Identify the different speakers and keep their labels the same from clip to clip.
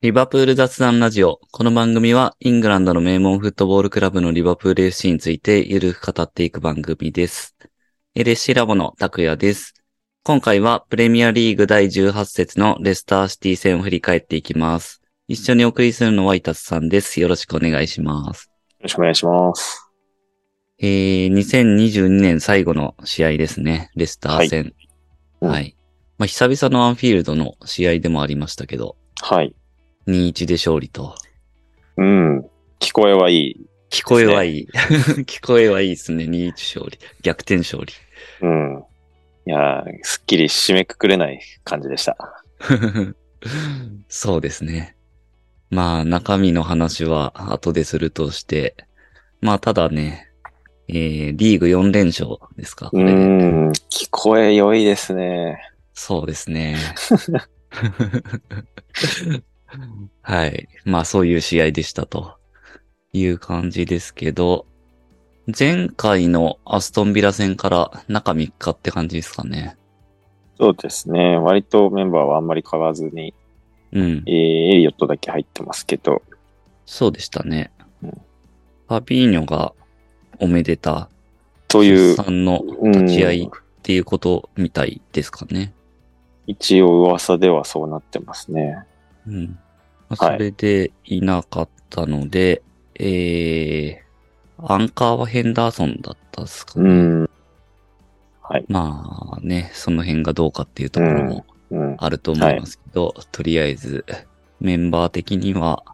Speaker 1: リバプール雑談ラジオ。この番組はイングランドの名門フットボールクラブのリバプール FC についてゆるく語っていく番組です。LSC ラボの拓也です。今回はプレミアリーグ第18節のレスターシティ戦を振り返っていきます。一緒にお送りするのはイタスさんです。よろしくお願いします。
Speaker 2: よろしくお願いします。
Speaker 1: えー、2022年最後の試合ですね。レスター戦。
Speaker 2: うん
Speaker 1: はい。まあ、久々のアンフィールドの試合でもありましたけど、
Speaker 2: はい。
Speaker 1: 2-1で勝利と。
Speaker 2: うん。聞こえはいい。
Speaker 1: 聞こえはいい。 聞こえはいいですね。2-1勝利。逆転勝利。
Speaker 2: うん。いやー、すっきり締めくくれない感じでした。
Speaker 1: そうですね。まあ、中身の話は後でするとして、まあ、ただね、えー、リーグ4連勝ですか、こ
Speaker 2: う
Speaker 1: れで
Speaker 2: ん。聞こえ良いですね。
Speaker 1: そうですね。 はい。まあそういう試合でしたという感じですけど、前回のアストンビラ戦から中3日って感じですかね。
Speaker 2: そうですね。割とメンバーはあんまり変わらずに、
Speaker 1: うん
Speaker 2: えー、。エリオットだけ入ってますけど。
Speaker 1: そうでしたね
Speaker 2: うん。
Speaker 1: ファビーニョがおめでた
Speaker 2: という
Speaker 1: 出、産の立ち会いっていうことみたいですかね。
Speaker 2: 一応噂ではそうなってますね。
Speaker 1: うん。まあ
Speaker 2: はい
Speaker 1: それでいなかったので、えー、アンカーはヘンダーソンだったっすか
Speaker 2: う
Speaker 1: ね。
Speaker 2: ん。はい。
Speaker 1: まあね、その辺がどうかっていうところも
Speaker 2: うん。
Speaker 1: あると思いますけど、とりあえず、メンバー的には、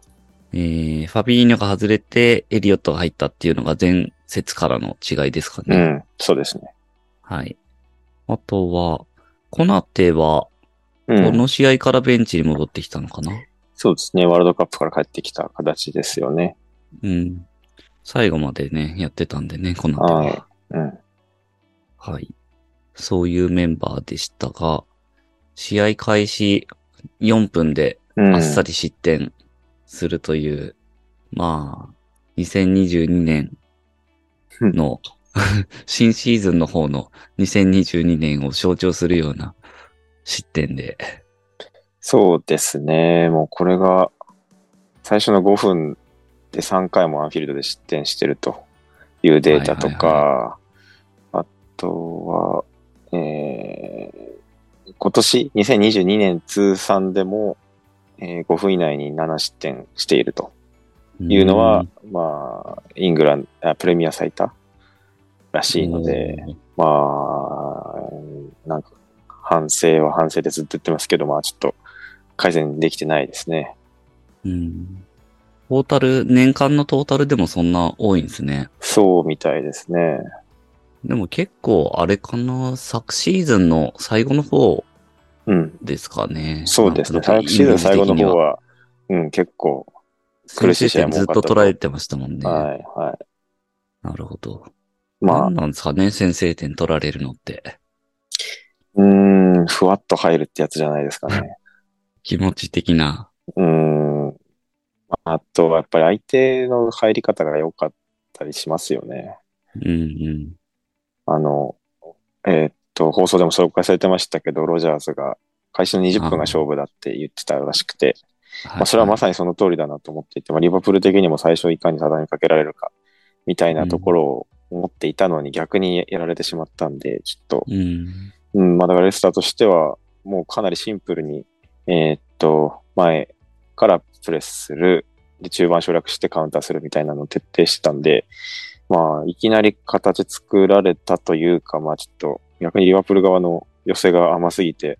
Speaker 1: えー、ファビーニョが外れて、エリオットが入ったっていうのが前節からの違いですか
Speaker 2: う
Speaker 1: ね。
Speaker 2: ん。そうですね。
Speaker 1: はい。あとは、コナテは、
Speaker 2: う
Speaker 1: こ
Speaker 2: ん。
Speaker 1: の試合からベンチに戻ってきたのかな、
Speaker 2: そうですね。ワールドカップから帰ってきた形ですよね。
Speaker 1: うん。最後までね、やってたんでね、この後は。
Speaker 2: うん。
Speaker 1: はい。そういうメンバーでしたが、試合開始4分で
Speaker 2: うん。
Speaker 1: あっさり失点するという、まあ、2022年の、 新シーズンの方の2022年を象徴するような失点で、
Speaker 2: そうですね。もうこれが、最初の5分で3回もアンフィールドで失点してるというデータとか、あとは、えー今年、2022年通算でも、えー5分以内に7失点しているというのは、まあ、イングランド、あプレミア最多らしいので、まあ、なんか、反省は反省でずっと言ってますけど、まあちょっと改善できてないですね。
Speaker 1: うん、うんトータル、年間のトータルでもそんな多いんですね。
Speaker 2: そうみたいですね。
Speaker 1: でも結構あれかな、昨シーズンの最後の方
Speaker 2: うん。
Speaker 1: ですかね。
Speaker 2: そうです
Speaker 1: な
Speaker 2: ね。
Speaker 1: んとな
Speaker 2: 昨
Speaker 1: く
Speaker 2: シーズン最後の
Speaker 1: イメージ的に
Speaker 2: 方は、うん、結構苦しい試合も
Speaker 1: 先制点ずっ
Speaker 2: 多かった
Speaker 1: と
Speaker 2: と
Speaker 1: 取られてましたもんね。
Speaker 2: はい、は
Speaker 1: なるほど。
Speaker 2: い。まあ
Speaker 1: 何、なんですかね、先制点取られるのって。
Speaker 2: うーん、ふわっと入るってやつじゃないですかね。
Speaker 1: 気持ち的な。
Speaker 2: うーん。あとはやっぱり相手の入り方が良かったりしますよね。
Speaker 1: うん
Speaker 2: あの、えーっと、放送でも紹介されてましたけど、ロジャーズが、開始の20分が勝負だって言ってたらしくて、
Speaker 1: うん。
Speaker 2: まあ、それはま
Speaker 1: さ
Speaker 2: さにその通りだなと思っていて、まあ、リバプール的にも最初いかに畳みかけられるか、みたいなところを思っていたのに逆にやられてしまったんで、ちょっと、
Speaker 1: に。うん。
Speaker 2: うん、まあ、だからレスターとしては、もうかなりシンプルに、えーっと、前からプレスする、で、中盤省略してカウンターするみたいなのを徹底してたんで、まあ、いきなり形作られたというか、まあ、ちょっと、逆にリバプール側の寄せが甘すぎて、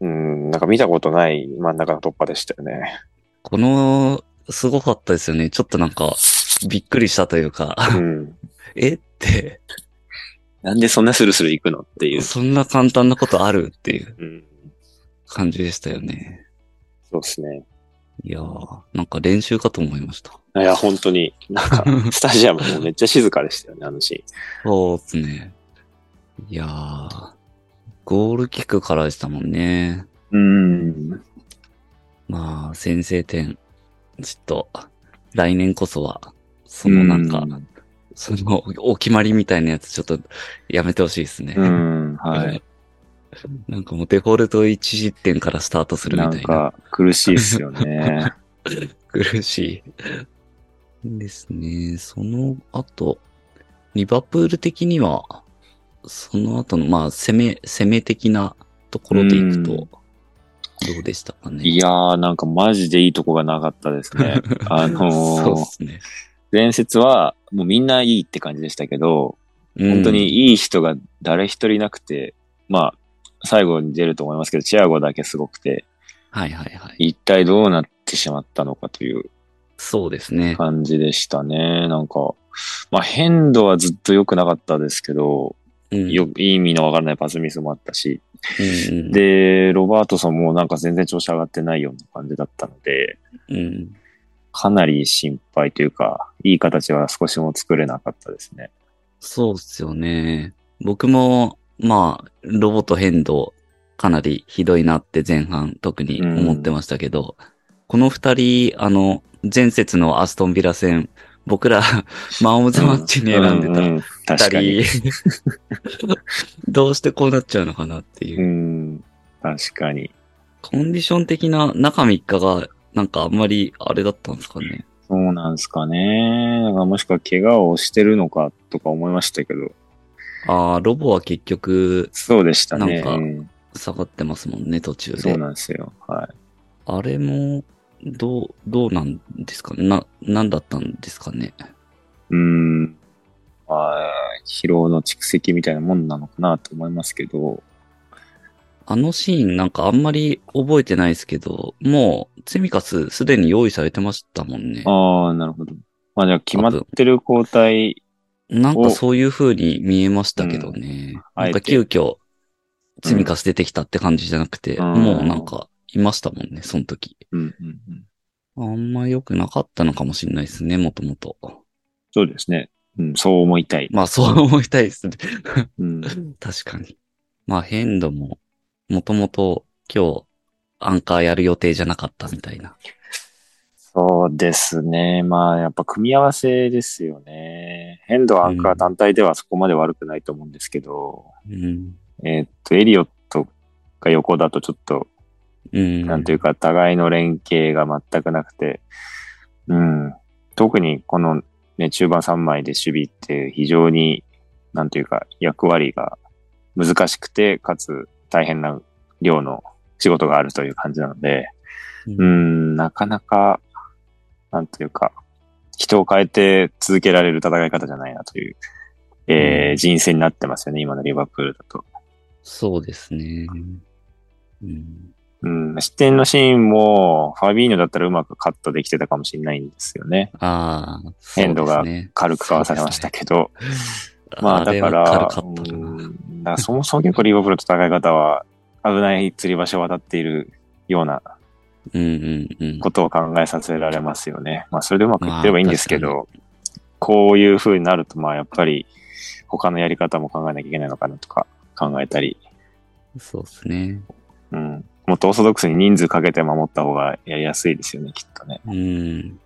Speaker 2: うん、なんか見たことない真ん中の突破でしたよ ね。
Speaker 1: この、すごかったですよね。ちょっとなんか、びっくりしたというか、
Speaker 2: うん。
Speaker 1: えって、
Speaker 2: なんでそんなスルスル行くのってい
Speaker 1: そんな簡単なことあるっていう
Speaker 2: うん、
Speaker 1: 感じでしたよね。
Speaker 2: そうですね。
Speaker 1: いやー、なんか練習かと思いま した。
Speaker 2: いや、本当に、なん か、スタジアムもめっちゃ静かでしたよね、あのシ
Speaker 1: そうですね。いやー、ゴールキックからでしたもんね。
Speaker 2: ーン。うん。
Speaker 1: まあ、先制点。ちょっと、来年こそは、そのなんか、そのお決まりみたいなやつちょっとやめてほしいですね。
Speaker 2: うん、はい。
Speaker 1: なんかもうデフォルト1失点からスタートするみ
Speaker 2: な
Speaker 1: た
Speaker 2: ん
Speaker 1: いな。
Speaker 2: か苦しいっす よね。
Speaker 1: 苦しい。ですね。その後、リバプール的には、その後の、まあ、攻め、攻め的なところでいくと、
Speaker 2: うん
Speaker 1: どうでしたかね。
Speaker 2: いやー、なんかマジでいいとこがなかったで すね。あのー
Speaker 1: そうですね。
Speaker 2: 前節はもうみんないいって感じでしたけど、本当にいい人が誰一人いなくて、まあ、最後に出ると思いますけど、チアゴだけすごくて、
Speaker 1: うん。はいはいはい。
Speaker 2: 一体どうなってしまったのかという
Speaker 1: そうですね。
Speaker 2: 感じでしたね。なんか、まあ変度はずっと良くなかったですけど、
Speaker 1: うん
Speaker 2: よいい意味のわからないパスミスもあったし、
Speaker 1: うんうん、
Speaker 2: で、ロバートさんもなんか全然調子上がってないような感じだったので、
Speaker 1: うん。
Speaker 2: かなり心配というか、いい形は少しも作れなかったですね。
Speaker 1: そうっすよね。僕も、まあ、ロボット変動、かなりひどいなって前半特に思ってましたけど、この二人、あの、前節のアストンビラ戦、僕 ら、マンオブザマッチに選んで
Speaker 2: う
Speaker 1: た
Speaker 2: うう確かに
Speaker 1: 二。人、 どうしてこうなっちゃうのかなっていう。
Speaker 2: うん、確かに。
Speaker 1: コンディション的な中3日が、なんかあんまりあれだったんですかね。
Speaker 2: そうなんですかね。なんかもしくは怪我をしてるのかとか思いましたけど、
Speaker 1: ああ、ロボは結局
Speaker 2: そうでしたね。
Speaker 1: なんか
Speaker 2: うん
Speaker 1: 下がってますもんね、途中で。
Speaker 2: そうなんですよ。はい。
Speaker 1: あれも、どう、どうなんですかねな、なんだったんですかね
Speaker 2: うん。まあ、疲労の蓄積みたいなもんなのかなと思いますけど、
Speaker 1: あのシーンなんかあんまり覚えてないですけど、もう、ツミカスすでに用意されてましたもんね。
Speaker 2: ああ、なるほど。まあじゃあ決まってる交代、
Speaker 1: なんかそういう風に見えましたけどね。
Speaker 2: うん
Speaker 1: なん
Speaker 2: あ
Speaker 1: か
Speaker 2: えて
Speaker 1: 急遽、ツミカス出てきたって感じじゃなくて、
Speaker 2: うん
Speaker 1: もうなんかいましたもんね、その時。
Speaker 2: うんうんうん、
Speaker 1: あんま良くなかったのかもしれないですね、もともと。
Speaker 2: そうですね。うん、そう思いたい。
Speaker 1: まあそう思いたいですね。
Speaker 2: うん、
Speaker 1: 確かに。まあ、変度も、もともと今日、アンカーやる予定じゃなかったみたいな。
Speaker 2: そうですね。まあ、やっぱ組み合わせですよね。ヘンドアンカー単体ではそこまで悪くないと思うんですけど、
Speaker 1: うん。
Speaker 2: えーっと、エリオットが横だとちょっと、
Speaker 1: うん。
Speaker 2: なんというか、互いの連携が全くなくて、うん。特にこのね、中盤3枚で守備って非常に、なんというか、役割が難しくて、かつ大変な量の仕事があるという感じなので、
Speaker 1: うん
Speaker 2: うん、なかなか、なんというか、人を変えて続けられる戦い方じゃないなという、えー
Speaker 1: うん
Speaker 2: 人生になってますよね、今のリバプールだと。
Speaker 1: そうですね。うん。
Speaker 2: うん、失点のシーンも、ファビーニョだったらうまくカットできてたかもしれないんですよね。
Speaker 1: ああ、
Speaker 2: 変度が
Speaker 1: そうですね
Speaker 2: 軽くかわされましたけど。
Speaker 1: そうですね
Speaker 2: まあ、
Speaker 1: れ
Speaker 2: だか
Speaker 1: は
Speaker 2: ら、
Speaker 1: 軽かった
Speaker 2: う
Speaker 1: な。
Speaker 2: んだからそもそも結構リバプールの戦い方は、危ない吊り橋を渡っているような
Speaker 1: うんうんうん。
Speaker 2: ことを考えさせられますよね。まあ、それでうまくいってればいいんですけど、
Speaker 1: ま
Speaker 2: こういう風になると、まあ、やっぱり、他のやり方も考えなきゃいけないのかなとか考えたり、
Speaker 1: そうですね。
Speaker 2: うん。もっとオーソドックスに人数かけて守った方がやりやすいですよね、きっとね。
Speaker 1: うん。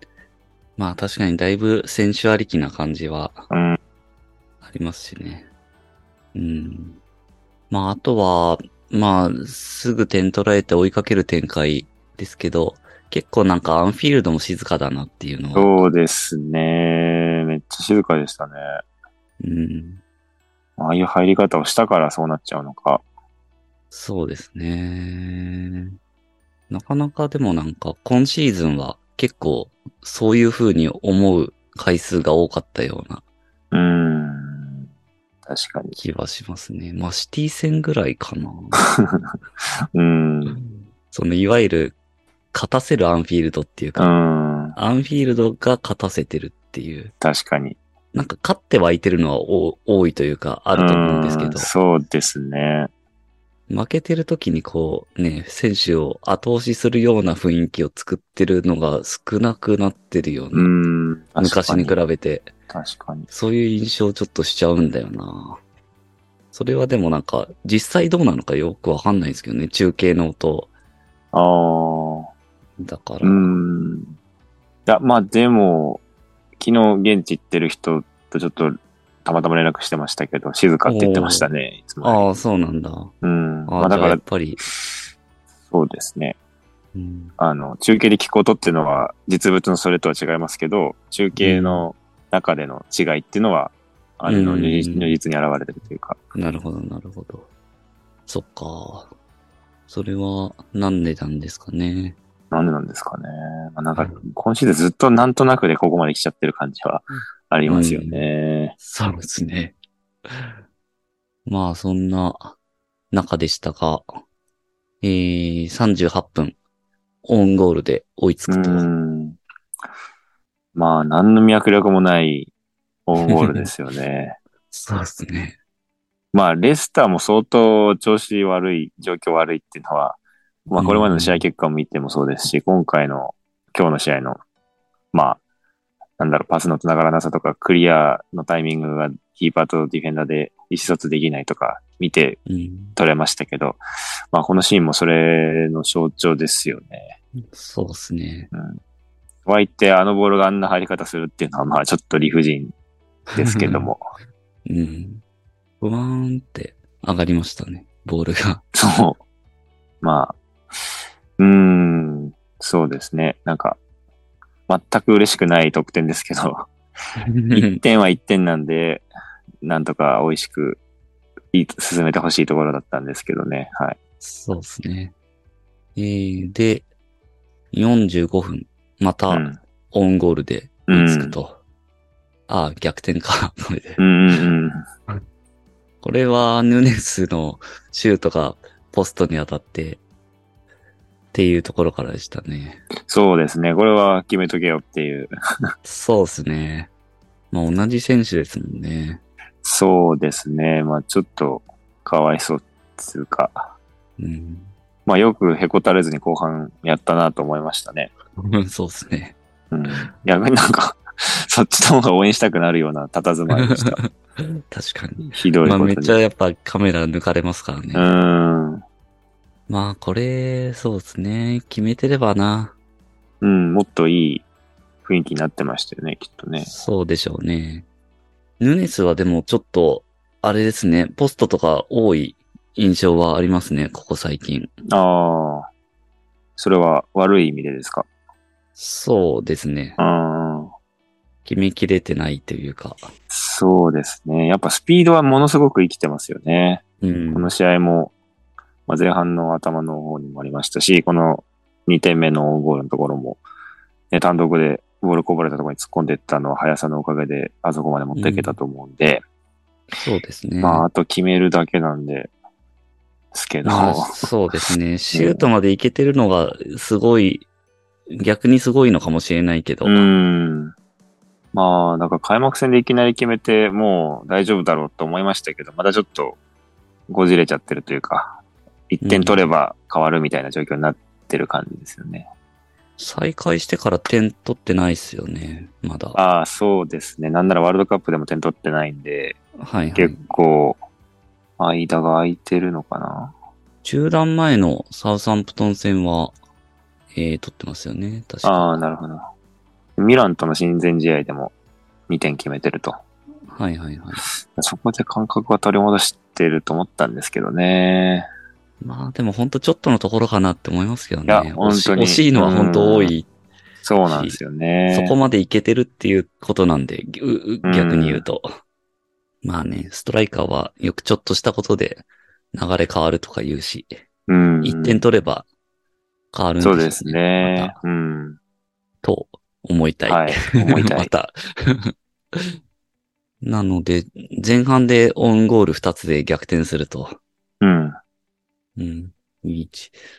Speaker 1: まあ確かにだいぶ選手ありきな感じは
Speaker 2: うん。
Speaker 1: ありますしね。うん。まあ、あとは、まあ、すぐ点取られて追いかける展開ですけど、結構なんかアンフィールドも静かだなっていうのは、
Speaker 2: そうですね。めっちゃ静かでしたね。
Speaker 1: うん、
Speaker 2: ああいう入り方をしたからそうなっちゃうのか。
Speaker 1: そうですね。なかなかでもなんか今シーズンは結構そういう風に思う回数が多かったような
Speaker 2: うん。確かに。
Speaker 1: 気はしますね。まあシティ戦ぐらいかな。
Speaker 2: うん。うん。
Speaker 1: そのいわゆる勝たせるアンフィールドっていうか、アンフィールドが勝たせてるっていう。
Speaker 2: 確かに。
Speaker 1: なんか勝ってはいてるのはお多いというか、あると思うんですけ
Speaker 2: う
Speaker 1: ど、
Speaker 2: そうですね。
Speaker 1: 負けてる時にこうね、選手を後押しするような雰囲気を作ってるのが少なくなってるよう
Speaker 2: う
Speaker 1: な。
Speaker 2: ん。
Speaker 1: 昔に比
Speaker 2: 確か
Speaker 1: べて、
Speaker 2: 確かに。
Speaker 1: そういう印象をちょっとしちゃうんだよな。それはでもなんか、実際どうなのかよくわかんないですけどね、中継の音
Speaker 2: ああ。
Speaker 1: だから。
Speaker 2: うん。いや、まあでも、昨日現地行ってる人とちょっとたまたま連絡してましたけど、静かって言ってましたね、いつもより。
Speaker 1: ああ、そうなんだ。
Speaker 2: うん。
Speaker 1: あ
Speaker 2: まあ、
Speaker 1: じ
Speaker 2: だ
Speaker 1: ゃ
Speaker 2: か
Speaker 1: あや
Speaker 2: ら
Speaker 1: っ、ぱり、
Speaker 2: そうですね。
Speaker 1: うん
Speaker 2: あの、中継で気候とっていうのは、実物のそれとは違いますけど、中継の中での違いっていうのは、あれの
Speaker 1: うん
Speaker 2: 如実如実に現れてるというか。
Speaker 1: なるほど、なるほど。そっか。それは、なんでなんですかね。
Speaker 2: なんでなんですかね。まあ、なんか、今シーズンずっとなんとなくでここまで来ちゃってる感じはありますよね。
Speaker 1: そうですね。 まあ、そんな中でしたが、えー、38分、オウンゴールで追いつ
Speaker 2: う
Speaker 1: くと。
Speaker 2: ん。まあ、何の脈絡もないオウンゴールですよね。
Speaker 1: そうですね。
Speaker 2: まあ、レスターも相当調子悪い、状況悪いっていうのは、まあ、これまでの試合結果を見てもそうですし、今回の、今日の試合の、まあ、なんだろう、パスの繋がらなさとか、クリアのタイミングがキーパーとディフェンダーで意思疎通できないとか、見て
Speaker 1: うん、
Speaker 2: 取れましたけど、まあ、このシーンもそれの象徴ですよね。
Speaker 1: そうですね。
Speaker 2: とはいって、あのボールがあんな入り方するっていうのは、まあ、ちょっと理不尽ですけど。も、
Speaker 1: うん。うわーんって上がりましたね、ボールが。
Speaker 2: そう。まあ、うーん、そうですね。なんか、全く嬉しくない得点ですけど、1点は1点なんで、なんとか美味しくいい進めてほしいところだったんですけどね。はい。
Speaker 1: そうですね。えー、で、45分、ま
Speaker 2: う
Speaker 1: た
Speaker 2: ん。
Speaker 1: オウンゴールで
Speaker 2: う
Speaker 1: 追い
Speaker 2: ん。
Speaker 1: つくと。ああ、逆転か、 これで。
Speaker 2: うんうんうん。
Speaker 1: これは、ヌネスのシュートがポストに当たって、っていうところからでしたね。
Speaker 2: そうですね。これは決めとけよっていう。
Speaker 1: そうですね。まあ、同じ選手ですもんね。
Speaker 2: そうですね。まあちょっとかわいそうっつうか。
Speaker 1: うん。
Speaker 2: まあよくへこたれずに後半やったなと思いましたね。
Speaker 1: そうですね。
Speaker 2: うん。逆になんか、 そっちの方が応援したくなるような佇まいで した。
Speaker 1: 確かに。
Speaker 2: ひどいこ
Speaker 1: まあ、
Speaker 2: と
Speaker 1: め
Speaker 2: に。
Speaker 1: っちゃやっぱカメラ抜かれますからね。
Speaker 2: うーん。
Speaker 1: まあ、これ、そうですね。決めてればな。
Speaker 2: うん、もっといい雰囲気になってましたよね、きっとね。
Speaker 1: そうでしょうね。ヌネスはでもちょっと、あれですね、ポストとか多い印象はありますね、ここ最近。
Speaker 2: ああ。それは悪い意味でですか
Speaker 1: そうですね
Speaker 2: う。ーん。
Speaker 1: 決めきれてないというか。
Speaker 2: そうですね。やっぱスピードはものすごく生きてますよね。
Speaker 1: うん
Speaker 2: こ。の試合も、まあ、前半の頭の方にもありましたし、この2点目のオウンゴールのところも、ね、単独でボールこぼれたところに突っ込んでいったのは速さのおかげで、あそこまで持っていけたと思うんで、
Speaker 1: そうですね。
Speaker 2: まあ、あと決めるだけなんで、すけど、
Speaker 1: まあ、そうですね。シュートまでいけてるのが、すごい、逆にすごいのかもしれないけど。
Speaker 2: うーん。まあ、なんか開幕戦でいきなり決めて、もう大丈夫だろうと思いましたけど、まだちょっと、ごじれちゃってるというか、1点取れば変わるみたいな状況になってる感じですよね。
Speaker 1: 再開してから点取ってないっすよね、まだ。
Speaker 2: ああ、そうですね。なんならワールドカップでも点取ってないんで、
Speaker 1: はいは
Speaker 2: 結
Speaker 1: い。
Speaker 2: 構、間が空いてるのかな。
Speaker 1: 中断前のサウサンプトン戦は、えー、取ってますよね、確か。
Speaker 2: ああ、なるほど。ミランとの親善試合でも2点決めてると。
Speaker 1: はいはいはい。
Speaker 2: そこで感覚は取り戻してると思ったんですけどね。
Speaker 1: まあでもほんとちょっとのところかなって思いますけどね。
Speaker 2: いや
Speaker 1: 惜し
Speaker 2: 本当に
Speaker 1: 惜しいのは本当多い。
Speaker 2: そうなんですよね。
Speaker 1: そこまでいけてるっていうことなんで、ぎゅ
Speaker 2: うん
Speaker 1: 逆に言うと。まあね、ストライカーはよくちょっとしたことで流れ変わるとか言うし、
Speaker 2: うん。
Speaker 1: 一点取れば変わるんです
Speaker 2: そ
Speaker 1: よ
Speaker 2: う
Speaker 1: ね。
Speaker 2: ですね
Speaker 1: ま。た
Speaker 2: うん。
Speaker 1: と思いたい。
Speaker 2: はい。思い た
Speaker 1: ま
Speaker 2: い。
Speaker 1: た。なので、前半でオウンゴール2つで逆転すると、
Speaker 2: うん。
Speaker 1: うん、2-1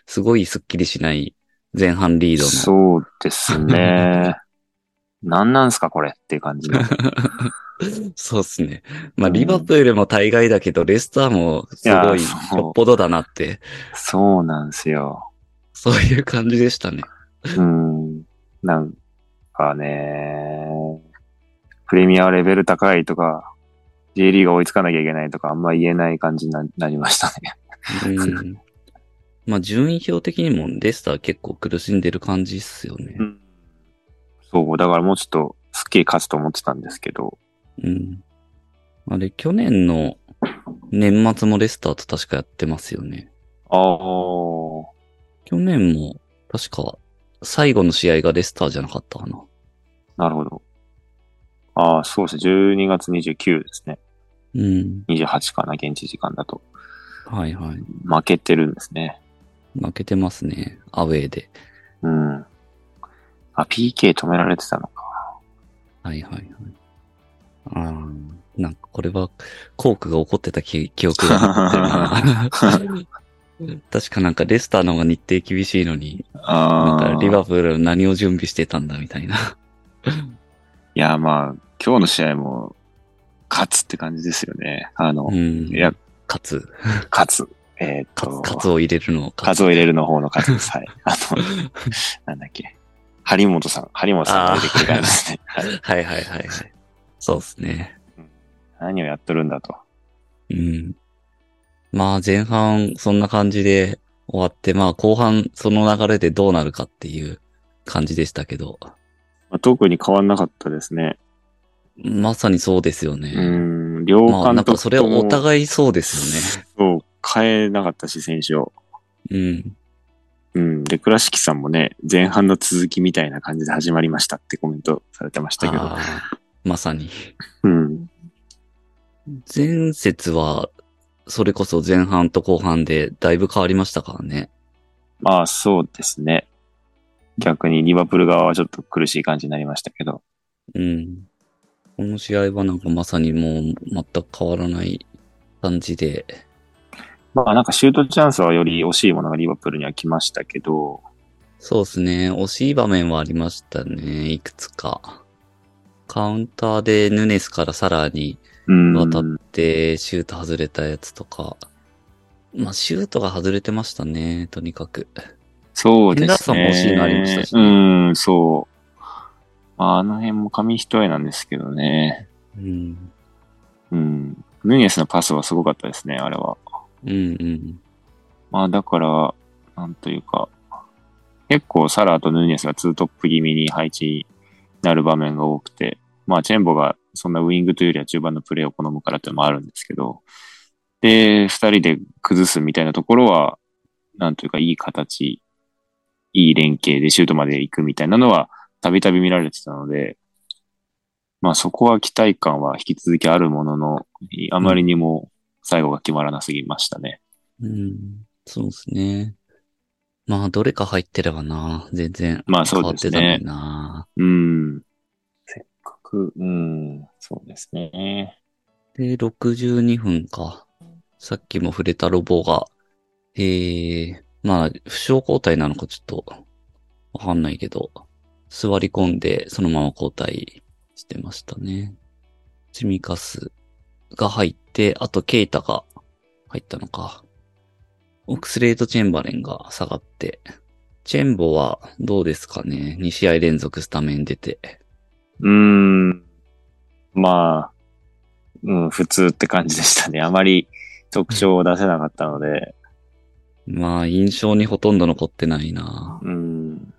Speaker 1: すごいスッキリしない前半リードの
Speaker 2: そうで すね。何なんすか、これっていう感じの。
Speaker 1: そうですね。まあ、
Speaker 2: うん
Speaker 1: リバプールも大概だけど、レスターもす
Speaker 2: い
Speaker 1: ご
Speaker 2: や
Speaker 1: い、
Speaker 2: そう
Speaker 1: よっぽどだなって、
Speaker 2: そうなんですよ。
Speaker 1: そういう感じでした ね。
Speaker 2: うん。なんかね、プレミアはレベル高いとか、J リーが追いつかなきゃいけないとか、あんま言えない感じにななりましたね。
Speaker 1: うん。まあ、順位表的にもレスター結構苦しんでる感じっすよね。
Speaker 2: そう、だからもうちょっと、すっきり勝つと思ってたんですけど、
Speaker 1: うん。あれ、去年の年末もレスターと確かやってますよね。
Speaker 2: ああ。
Speaker 1: 去年も、確か、最後の試合がレスターじゃなかったかな。
Speaker 2: なるほど。ああ、そうですね。12月29ですね。
Speaker 1: うん。
Speaker 2: 28かな、現地時間だと。
Speaker 1: はいはい。
Speaker 2: 負けてるんですね。
Speaker 1: 負けてますね。アウェーで。
Speaker 2: うん。あ、PK 止められてたのか。
Speaker 1: はいはいはい。あーなんかこれは、コークが怒ってた記 記憶があってな 確かなんかレスターの方が日程厳しいのに、なん
Speaker 2: あ
Speaker 1: かリバプールは何を準備してたんだみたいな。
Speaker 2: いや、まあ、今日の試合も、勝つって感じですよね。あの、
Speaker 1: うん。
Speaker 2: いや、
Speaker 1: カツ、
Speaker 2: 勝つ。えーっ
Speaker 1: カツ
Speaker 2: と、、
Speaker 1: カツを入れるのをカツ。
Speaker 2: 数を入れるの方の数で す。はい。あの、なんだっけ。張本さん、張本さんが出てくる感じですね。はい
Speaker 1: はいはいはいはい。そうですね。
Speaker 2: 何をやっとるんだと。
Speaker 1: うん。まあ前半そんな感じで終わって、まあ後半その流れでどうなるかっていう感じでしたけど、
Speaker 2: まあ特に変わんなかったですね。
Speaker 1: まさにそうですよね。
Speaker 2: うん、両
Speaker 1: まあな
Speaker 2: 監
Speaker 1: んか
Speaker 2: 督
Speaker 1: それは
Speaker 2: とも
Speaker 1: お互いそうですよね。
Speaker 2: そう、変えなかったし、選手を。
Speaker 1: うん。
Speaker 2: うん。で、倉敷さんもね、前半の続きみたいな感じで始まりましたってコメントされてましたけど
Speaker 1: あ。あ、まさに。
Speaker 2: うん。
Speaker 1: 前節は、それこそ前半と後半でだいぶ変わりましたからね。
Speaker 2: まあ、そうですね。逆にリバプール側はちょっと苦しい感じになりましたけど。
Speaker 1: うん。この試合はなんかまさにもう全く変わらない感じで。
Speaker 2: まあ、なんかシュートチャンスはより惜しいものがリバプールには来ましたけど、
Speaker 1: そうですね。惜しい場面はありましたね。いくつか。カウンターでヌネスからサラーに
Speaker 2: うん。
Speaker 1: 渡ってシュート外れたやつとか。まあ、シュートが外れてましたね。とにかく。
Speaker 2: そう
Speaker 1: ヘン
Speaker 2: で
Speaker 1: ダー
Speaker 2: す
Speaker 1: ソン
Speaker 2: ね。
Speaker 1: も惜しいのありましたし
Speaker 2: うん、そう。まあ、あの辺も紙一重なんですけどね。
Speaker 1: うん。
Speaker 2: うん。ヌニエスのパスはすごかったですね、あれは。
Speaker 1: うんうん。
Speaker 2: まあだから、なんというか、結構サラーとヌニエスがツートップ気味に配置になる場面が多くて、まあチェンボがそんなウイングというよりは中盤のプレーを好むからというのもあるんですけど、で、二人で崩すみたいなところは、なんというかいい形、いい連携でシュートまで行くみたいなのは、たびたび見られてたので、まあそこは期待感は引き続きあるものの、あまりにも最後が決まらなすぎましたね。
Speaker 1: うん。そうですね。まあ、どれか入ってればな。全然。
Speaker 2: まあそ
Speaker 1: 変
Speaker 2: う
Speaker 1: わっ
Speaker 2: です
Speaker 1: てたの
Speaker 2: ね。
Speaker 1: にな。
Speaker 2: うん。せっかく、うん、そうですね。
Speaker 1: で、62分か。さっきも触れたロボが、えー、まあ、負傷交代なのかちょっと、わかんないけど、座り込んで、そのまま交代してましたね。チミカスが入って、あとケイタが入ったのか。オクスレート・チェンバレンが下がって、チェンボはどうですかね ?2 試合連続スタメン出て。
Speaker 2: うん。まあ、うん、普通って感じでしたね。あまり特徴を出せなかったので、
Speaker 1: まあ、印象にほとんど残ってないな
Speaker 2: うん。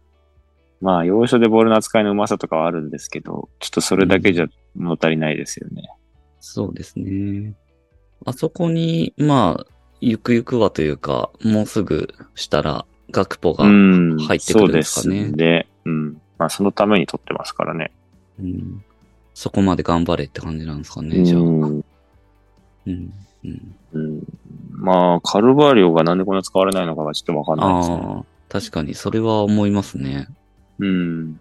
Speaker 2: まあ、要所でボールの扱いのうまさとかはあるんですけど、ちょっとそれだけじゃ物足りないですよね。
Speaker 1: そうですね。あそこに、まあ、ゆくゆくはというか、もうすぐしたら、学ポが、
Speaker 2: うん。
Speaker 1: 入ってくるんですかね
Speaker 2: そうですで、うん。まあ、そのために取ってますからね。
Speaker 1: うんそこまで頑張れって感じなんですかね、じゃあ。うん。
Speaker 2: うん。
Speaker 1: うん、
Speaker 2: うん、まあ、カルバーリョがなんでこんな使われないのかがちょっとわかんないですね。
Speaker 1: ああ、確かに、それは思いますね。
Speaker 2: うん。うん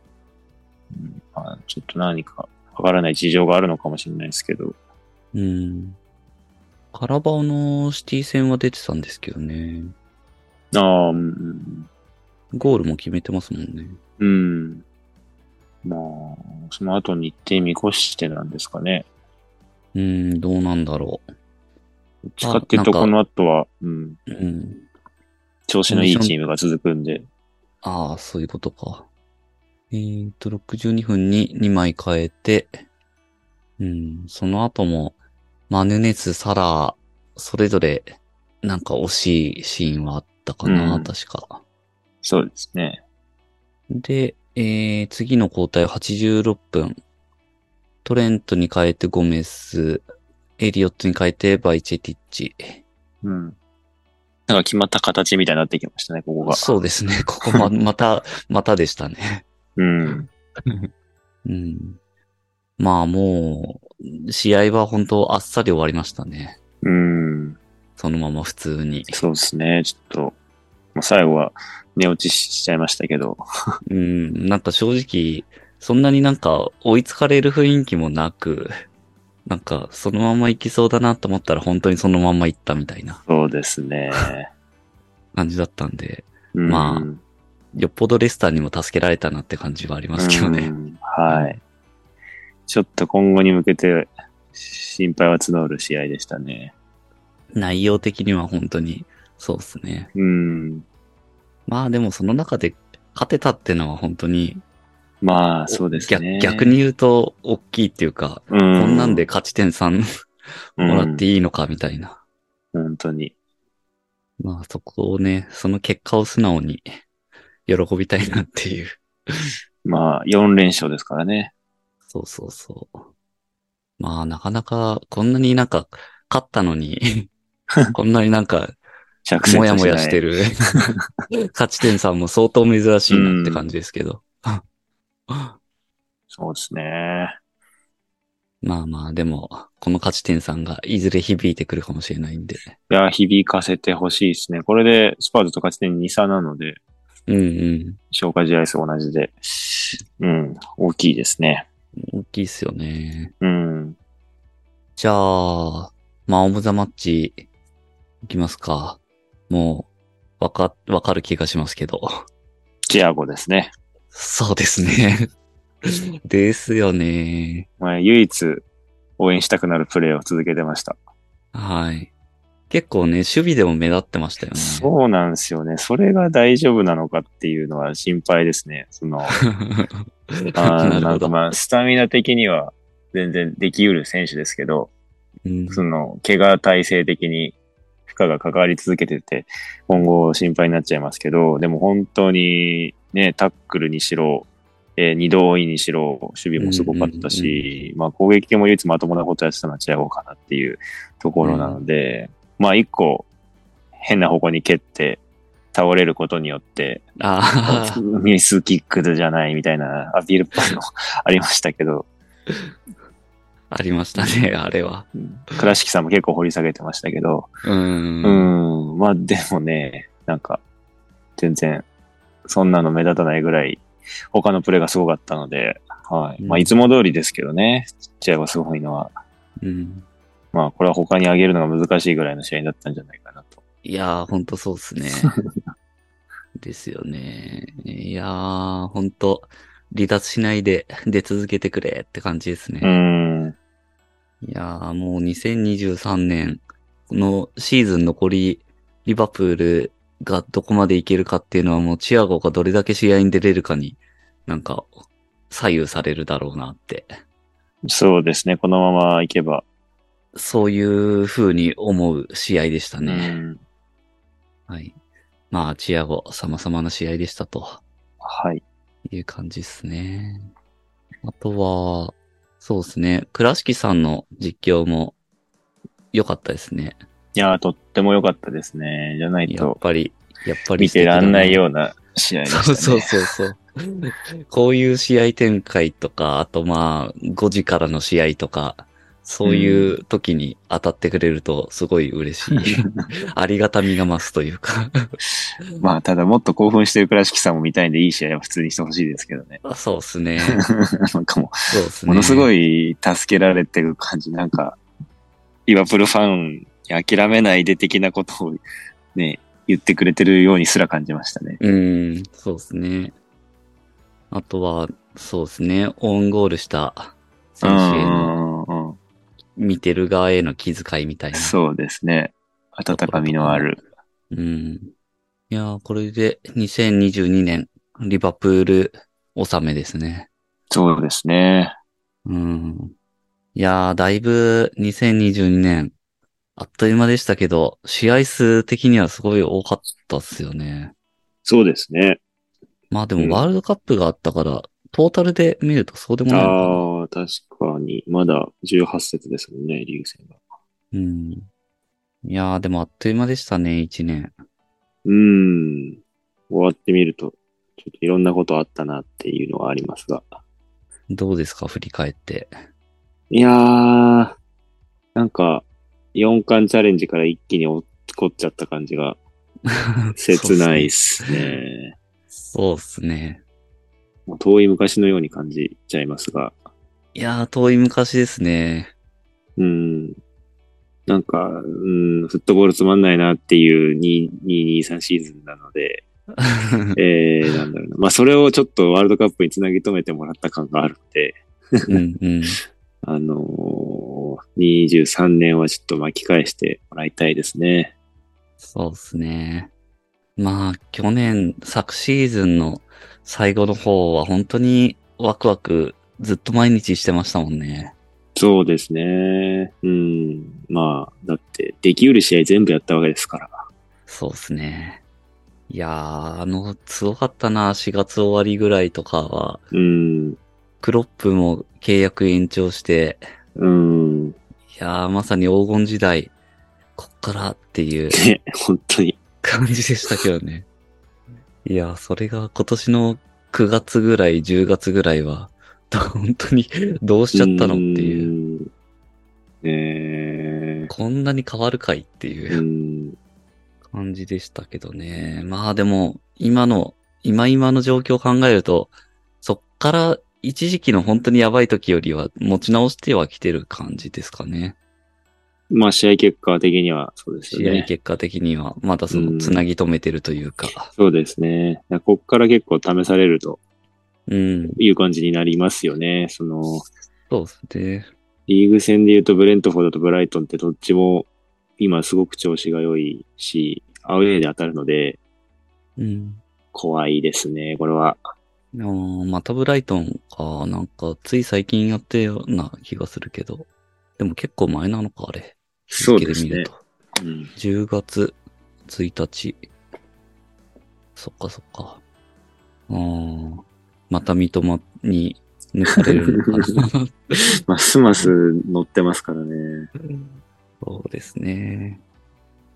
Speaker 2: まあ、ちょっと何かわからない事情があるのかもしれないですけど。
Speaker 1: うん。カラバオのシティ戦は出てたんですけどね。
Speaker 2: ああ、うん。
Speaker 1: ゴールも決めてますもんね。
Speaker 2: うん。まあ、その後日程見越してなんですかね。
Speaker 1: うん、どうなんだろ
Speaker 2: どっちかっていうと、
Speaker 1: まあ
Speaker 2: こ
Speaker 1: な
Speaker 2: の後は、うん、
Speaker 1: う。うん。
Speaker 2: 調子のいいチームが続くんで。
Speaker 1: ああ、そういうことか。えー、と、62分に2枚変えて、うん、その後も、マヌネス、サラー、それぞれ、なんか惜しいシーンはあったかな、
Speaker 2: うん
Speaker 1: 確か。
Speaker 2: そうですね。
Speaker 1: で、えー、次の交代86分。トレントに変えてゴメス、エリオットに変えて、バイチェティッチ。
Speaker 2: うん。なんか決まった形みたいになってきましたね、ここが。
Speaker 1: そうですね。ここま、また、またでしたね。
Speaker 2: うん。
Speaker 1: うん。まあもう、試合は本当あっさり終わりましたね。
Speaker 2: うん。
Speaker 1: そのまま普通 に。
Speaker 2: そうですね、ちょっと、まあ、最後は寝落ちしちゃいましたけど。
Speaker 1: うん、なんか正直、そんなになんか追いつかれる雰囲気もなく、なんかそのまま行きそうだなと思ったら本当にそのまま行ったみたいな
Speaker 2: そうですね。
Speaker 1: 感じだったんで、
Speaker 2: うん
Speaker 1: まよっぽどレスターにも助けられたなって感じはありますけど
Speaker 2: う
Speaker 1: ね。
Speaker 2: んはい。ちょっと今後に向けて心配は募る試合でしたね。
Speaker 1: 内容的には本当にそうですね。
Speaker 2: うん。
Speaker 1: まあでもその中で勝てたってのは本当に
Speaker 2: まあ、そうですね。
Speaker 1: 逆逆、に言うと大きいっていうか、
Speaker 2: うん、
Speaker 1: こんなんで勝ち点3もらっていいのかみたいな。
Speaker 2: うん、本当に。
Speaker 1: まあそこをね、その結果を素直に喜びたいなっていう。
Speaker 2: まあ、4連勝ですからね。
Speaker 1: そうそうそう。まあなかなかこんなになんか勝ったの に、こんなになんか
Speaker 2: 着戦
Speaker 1: もやもやして
Speaker 2: る。
Speaker 1: る勝ち点さんも相当珍しいなって感じですけど。
Speaker 2: そうですね。
Speaker 1: まあまあでも、この勝ち点さんがいずれ響いてくるかもしれないんで。
Speaker 2: いや、響かせてほしいですね。これで、スパーズと勝ち点2差なので、
Speaker 1: うんうん。
Speaker 2: 消化試合数同じで、うん、大きいですね。
Speaker 1: 大きいっすよね。
Speaker 2: うん。
Speaker 1: じゃあ、まあ、オブザマッチ、いきますか。もう、わか、わかる気がしますけど。
Speaker 2: チアゴですね。
Speaker 1: そうですね。 ですよね。
Speaker 2: まあ、唯一応援したくなるプレーを続けてました。
Speaker 1: はい。結構ね、守備でも目立ってましたよね。
Speaker 2: そうなんですよね。それが大丈夫なのかっていうのは心配ですね。その、
Speaker 1: なる
Speaker 2: あーな
Speaker 1: ほ
Speaker 2: んか
Speaker 1: ど。
Speaker 2: まあ、スタミナ的には全然できうる選手ですけど、
Speaker 1: うん
Speaker 2: その、怪我体制的に負荷がかかり続けてて、今後心配になっちゃいますけど、でも本当にね、タックルにしろ、えー二度いにしろ、守備もすごかったし、まあ攻撃も唯一まともなことやってたのはチアゴかなっていうところなので、まあ一個変な方向に蹴って倒れることによって、
Speaker 1: ああ、
Speaker 2: ミスキックじゃないみたいなアピールっぽいのありましたけど、
Speaker 1: ありましたね、あれは。
Speaker 2: 倉敷さんも結構掘り下げてましたけど、
Speaker 1: う。
Speaker 2: うんん、まあでもね、なんか、全然、そんなの目立たないぐらい、他のプレーがすごかったので、はい。
Speaker 1: うん
Speaker 2: まあいつも通りですけどね、チアゴすごいのは、
Speaker 1: うん。
Speaker 2: まあこれは他にあげるのが難しいぐらいの試合だったんじゃないかなと。
Speaker 1: いやー、ほんとそうっすね。ですよね。いやー、ほんと、離脱しないで、出続けてくれって感じです
Speaker 2: う
Speaker 1: ね。
Speaker 2: ん、
Speaker 1: いやー、もう2023年のシーズン残り、リバプールがどこまでいけるかっていうのはもうチアゴがどれだけ試合に出れるかに、なんか、左右されるだろうなって。
Speaker 2: そうですね、このままいけば。
Speaker 1: そういう風に思う試合でした
Speaker 2: う
Speaker 1: ね。
Speaker 2: ん、
Speaker 1: はい。まあ、チアゴ、様々な試合でしたと。
Speaker 2: はい。
Speaker 1: いう感じですね。あとは、そうですね。倉敷さんの実況も良かったですね。
Speaker 2: いやー、とっても良かったですね。じゃない
Speaker 1: やっ
Speaker 2: と、
Speaker 1: ぱり、やっぱり
Speaker 2: 見
Speaker 1: 素敵
Speaker 2: て
Speaker 1: だ
Speaker 2: らんないような試合でしたね。
Speaker 1: そうそうそうそう。こういう試合展開とか、あとまあ、5時からの試合とか、そういう時に当たってくれるとすごい嬉 しい。ありがたみが増すというか。
Speaker 2: まあ、ただもっと興奮してる倉敷さんも見たいんで、いい試合は普通にしてほしいですけどね。
Speaker 1: そうですね。
Speaker 2: なんかもう
Speaker 1: そうですね。
Speaker 2: ものすごい助けられてる感じ、なんか、リバプールファンに諦めないで的なことをね、言ってくれてるようにすら感じましたね。
Speaker 1: うーん、そうですね。あとは、そうですね、オウンゴールした
Speaker 2: う
Speaker 1: 選手への、
Speaker 2: んうんうん、
Speaker 1: 見てる側への気遣いみたいな。
Speaker 2: そうですね。温かみのある。
Speaker 1: うん。いやー、これで2022年、リバプール納めですね。
Speaker 2: そうですね。
Speaker 1: うん。いやー、だいぶ2022年、あっという間でしたけど、試合数的にはすごい多かったっすよね。
Speaker 2: そうですね。
Speaker 1: まあで
Speaker 2: うん
Speaker 1: もワールドカップがあったから、トータルで見るとそうでもないのかな。
Speaker 2: あ、確かに。まだ18節ですもんね、リーグ戦が。
Speaker 1: うん。いやー、でもあっという間でしたね、一年。
Speaker 2: うん。終わってみると、ちょっといろんなことあったなっていうのはありますが。
Speaker 1: どうですか、振り返って。
Speaker 2: いやー、なんか、4巻チャレンジから一気に落っこっちゃった感じが、切ないっすね。
Speaker 1: そうっすね。
Speaker 2: もう遠い昔のように感じちゃいますが。
Speaker 1: いやー、遠い昔ですね。
Speaker 2: うん。なんか、うん、フットボールつまんないなっていう2 2 2 3シーズンなので、えー、なんだろうな。まあ、それをちょっとワールドカップにつなぎ止めてもらった感があるので、
Speaker 1: うんうん。
Speaker 2: あのー、23年はちょっと巻き返してもらいたいですね。
Speaker 1: そうっすね。まあ、去年、昨シーズンの最後の方は本当にワクワクずっと毎日してましたもんね。
Speaker 2: そうですね。うん。まあ、だって、できうる試合全部やったわけですから。
Speaker 1: そうっすね。いやー、あの、強かったな、4月終わりぐらいとかは、
Speaker 2: うん。
Speaker 1: クロップも契約延長して、
Speaker 2: うん。
Speaker 1: いやー、まさに黄金時代、こっからっていう
Speaker 2: ね、本当に。
Speaker 1: 感じでしたけど ね。いやー、それが今年の9月ぐらい、10月ぐらいは、本当にどうしちゃったのっていう。
Speaker 2: う。え
Speaker 1: こんなに変わるかいってい
Speaker 2: ー、う。
Speaker 1: うん感じでしたけどね。まあでも、今の、今今の状況を考えると、そっから一時期の本当にやばい時よりは持ち直しては来てる感じですかね。
Speaker 2: まあ、試合結果的にはそうですよ
Speaker 1: 試合
Speaker 2: ね。
Speaker 1: 結果的には、またそうの、
Speaker 2: ん
Speaker 1: つなぎ止めてるというか。
Speaker 2: そうですね。だからこっから結構試されると
Speaker 1: うん。
Speaker 2: いう感じになりますよね。その、
Speaker 1: そうですね。
Speaker 2: リーグ戦で言うとブレントフォードとブライトンってどっちも今すごく調子が良いし、アウェーで当たるので
Speaker 1: うん。
Speaker 2: 怖いですね、これは。
Speaker 1: あーまたブライトンか、なんか、つい最近やったような気がするけど。でも結構前なのか、あれ。
Speaker 2: そうです
Speaker 1: 日
Speaker 2: ね
Speaker 1: 付見ると
Speaker 2: うん、
Speaker 1: 10月1日。そっかそっか。うん。また三笘に抜かれるの かな。
Speaker 2: ますます乗ってますからね。
Speaker 1: そうですね。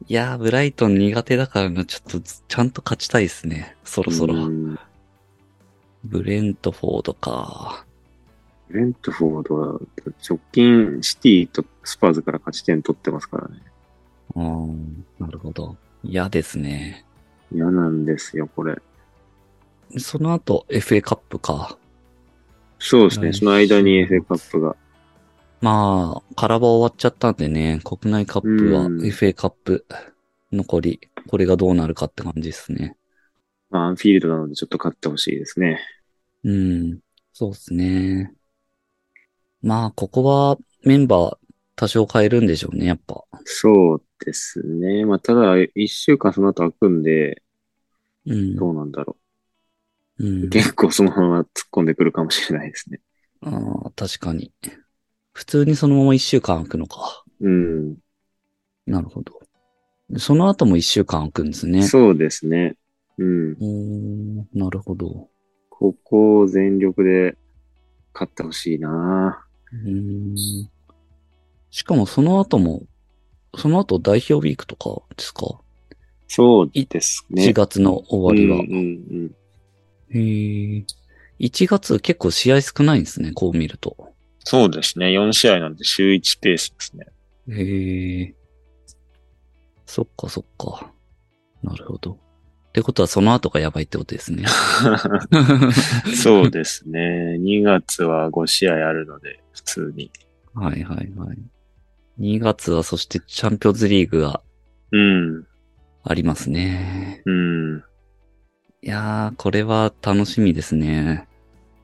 Speaker 1: いやー、ブライトン苦手だからな、ちょっとずちゃんと勝ちたいですね。そろそろ。
Speaker 2: うん
Speaker 1: ブレントフォードか。
Speaker 2: ブレントフォードは直近シティとスパーズから勝ち点取ってますからね。
Speaker 1: うん、なるほど。嫌ですね。
Speaker 2: 嫌なんですよ、これ。
Speaker 1: その後、FA カップか。
Speaker 2: そうです
Speaker 1: は
Speaker 2: ね、
Speaker 1: い
Speaker 2: その間に FA カップが。
Speaker 1: まあ、カラバ終わっちゃったんでね、国内カップは
Speaker 2: うん
Speaker 1: FA カップ残り、これがどうなるかって感じですね。
Speaker 2: まあ、アンフィールドなのでちょっと勝ってほしいですね。
Speaker 1: うん、そうですね。まあ、ここはメンバー多少変えるんでしょうね、やっぱ。
Speaker 2: そうですね。まあ、ただ、一週間その後開くんで、
Speaker 1: うん。
Speaker 2: どうなんだろう。
Speaker 1: うん、
Speaker 2: 結構そのまま突っ込んでくるかもしれないですね。
Speaker 1: あー確かに。普通にそのまま一週間空くのか。
Speaker 2: うん。
Speaker 1: なるほど。その後も一週間空くんですね。
Speaker 2: そうですね。うん。
Speaker 1: うーん、なるほど。
Speaker 2: ここを全力で勝ってほしいな
Speaker 1: うーん。しかもその後も、その後代表ウィークとかですか、
Speaker 2: そうですね。
Speaker 1: ?4 月の終わりは。
Speaker 2: うんうんうん。
Speaker 1: へー1月結構試合少ないんですね、こう見ると。
Speaker 2: そうですね。4試合なんで週1ペースですね。
Speaker 1: へえ。そっかそっか。なるほど。ってことはその後がやばいってこと ですね。
Speaker 2: そうですね。2月は5試合あるので、普通に。
Speaker 1: はいはいはい。2月はそしてチャンピオンズリーグが
Speaker 2: うん。
Speaker 1: ありますね。
Speaker 2: うん。
Speaker 1: いやー、これは楽しみですね。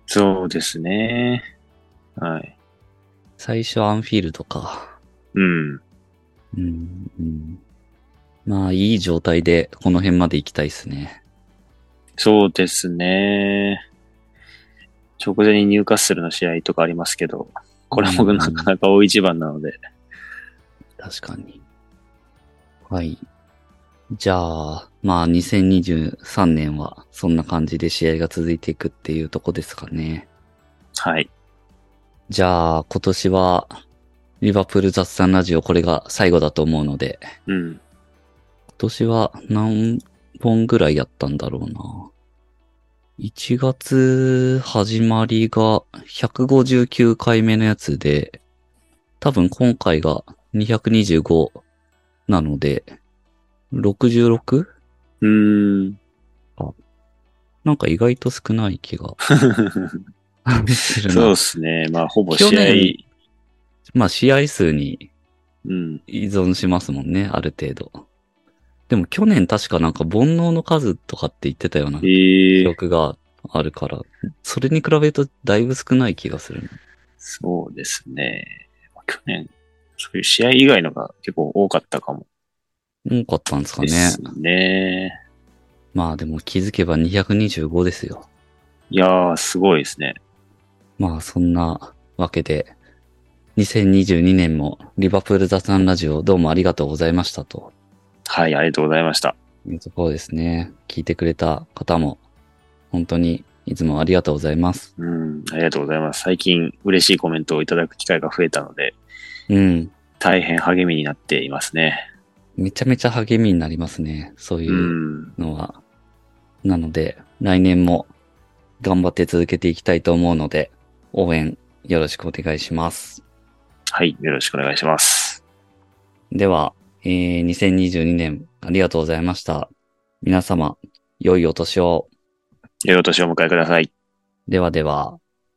Speaker 2: そうですね。はい。
Speaker 1: 最初アンフィールドか。
Speaker 2: うん。
Speaker 1: うん、うん。まあ、いい状態でこの辺まで行きたいですね。
Speaker 2: そうですね。直前にニューカッスルの試合とかありますけど、これも
Speaker 1: うん
Speaker 2: なかなか大一番なので。
Speaker 1: 確かに。はい。じゃあ、まあ、2023年はそんな感じで試合が続いていくっていうとこですかね。
Speaker 2: はい。
Speaker 1: じゃあ、今年はリバプール雑談ラジオ、これが最後だと思うので、
Speaker 2: うん。
Speaker 1: 今年は何本ぐらいやったんだろうな。1月始まりが159回目のやつで、多分今回が225なので、66?
Speaker 2: うーん。
Speaker 1: なんか意外と少ない気がする
Speaker 2: そう
Speaker 1: な
Speaker 2: で。すね。まあ、ほぼ試合
Speaker 1: 去。年まあ試合数に
Speaker 2: うん。
Speaker 1: 依存しますもんね、ある程度。でも去年確かなんか煩悩の数とかって言ってたような
Speaker 2: え
Speaker 1: 記
Speaker 2: え
Speaker 1: 憶があるから、それに比べるとだいぶ少ない気がするな。
Speaker 2: そうですね。去年、そういう試合以外のが結構多かったかも
Speaker 1: 多かったんですか
Speaker 2: で
Speaker 1: ね。
Speaker 2: すね。
Speaker 1: まあでも気づけば225ですよ。
Speaker 2: いやー、すごいですね。
Speaker 1: まあそんなわけで、2022年もリバプール雑談ラジオどうもありがとうございましたと
Speaker 2: はい、ありがとうございました。
Speaker 1: いうところですね。聞いてくれた方も本当にいつもありがとうございます。
Speaker 2: うん、ありがとうございます。最近嬉しいコメントをいただく機会が増えたので、
Speaker 1: うん。
Speaker 2: 大変励みになっていますね。。
Speaker 1: めちゃめちゃ励みになりますね。そういううんのは。なので、来年も頑張って続けていきたいと思うので、応援よろしくお願いします。
Speaker 2: はい、よろしくお願いします。
Speaker 1: では、えー2022年ありがとうございました。皆様、良いお年を。
Speaker 2: 良いお年をお迎えください。
Speaker 1: ではでは。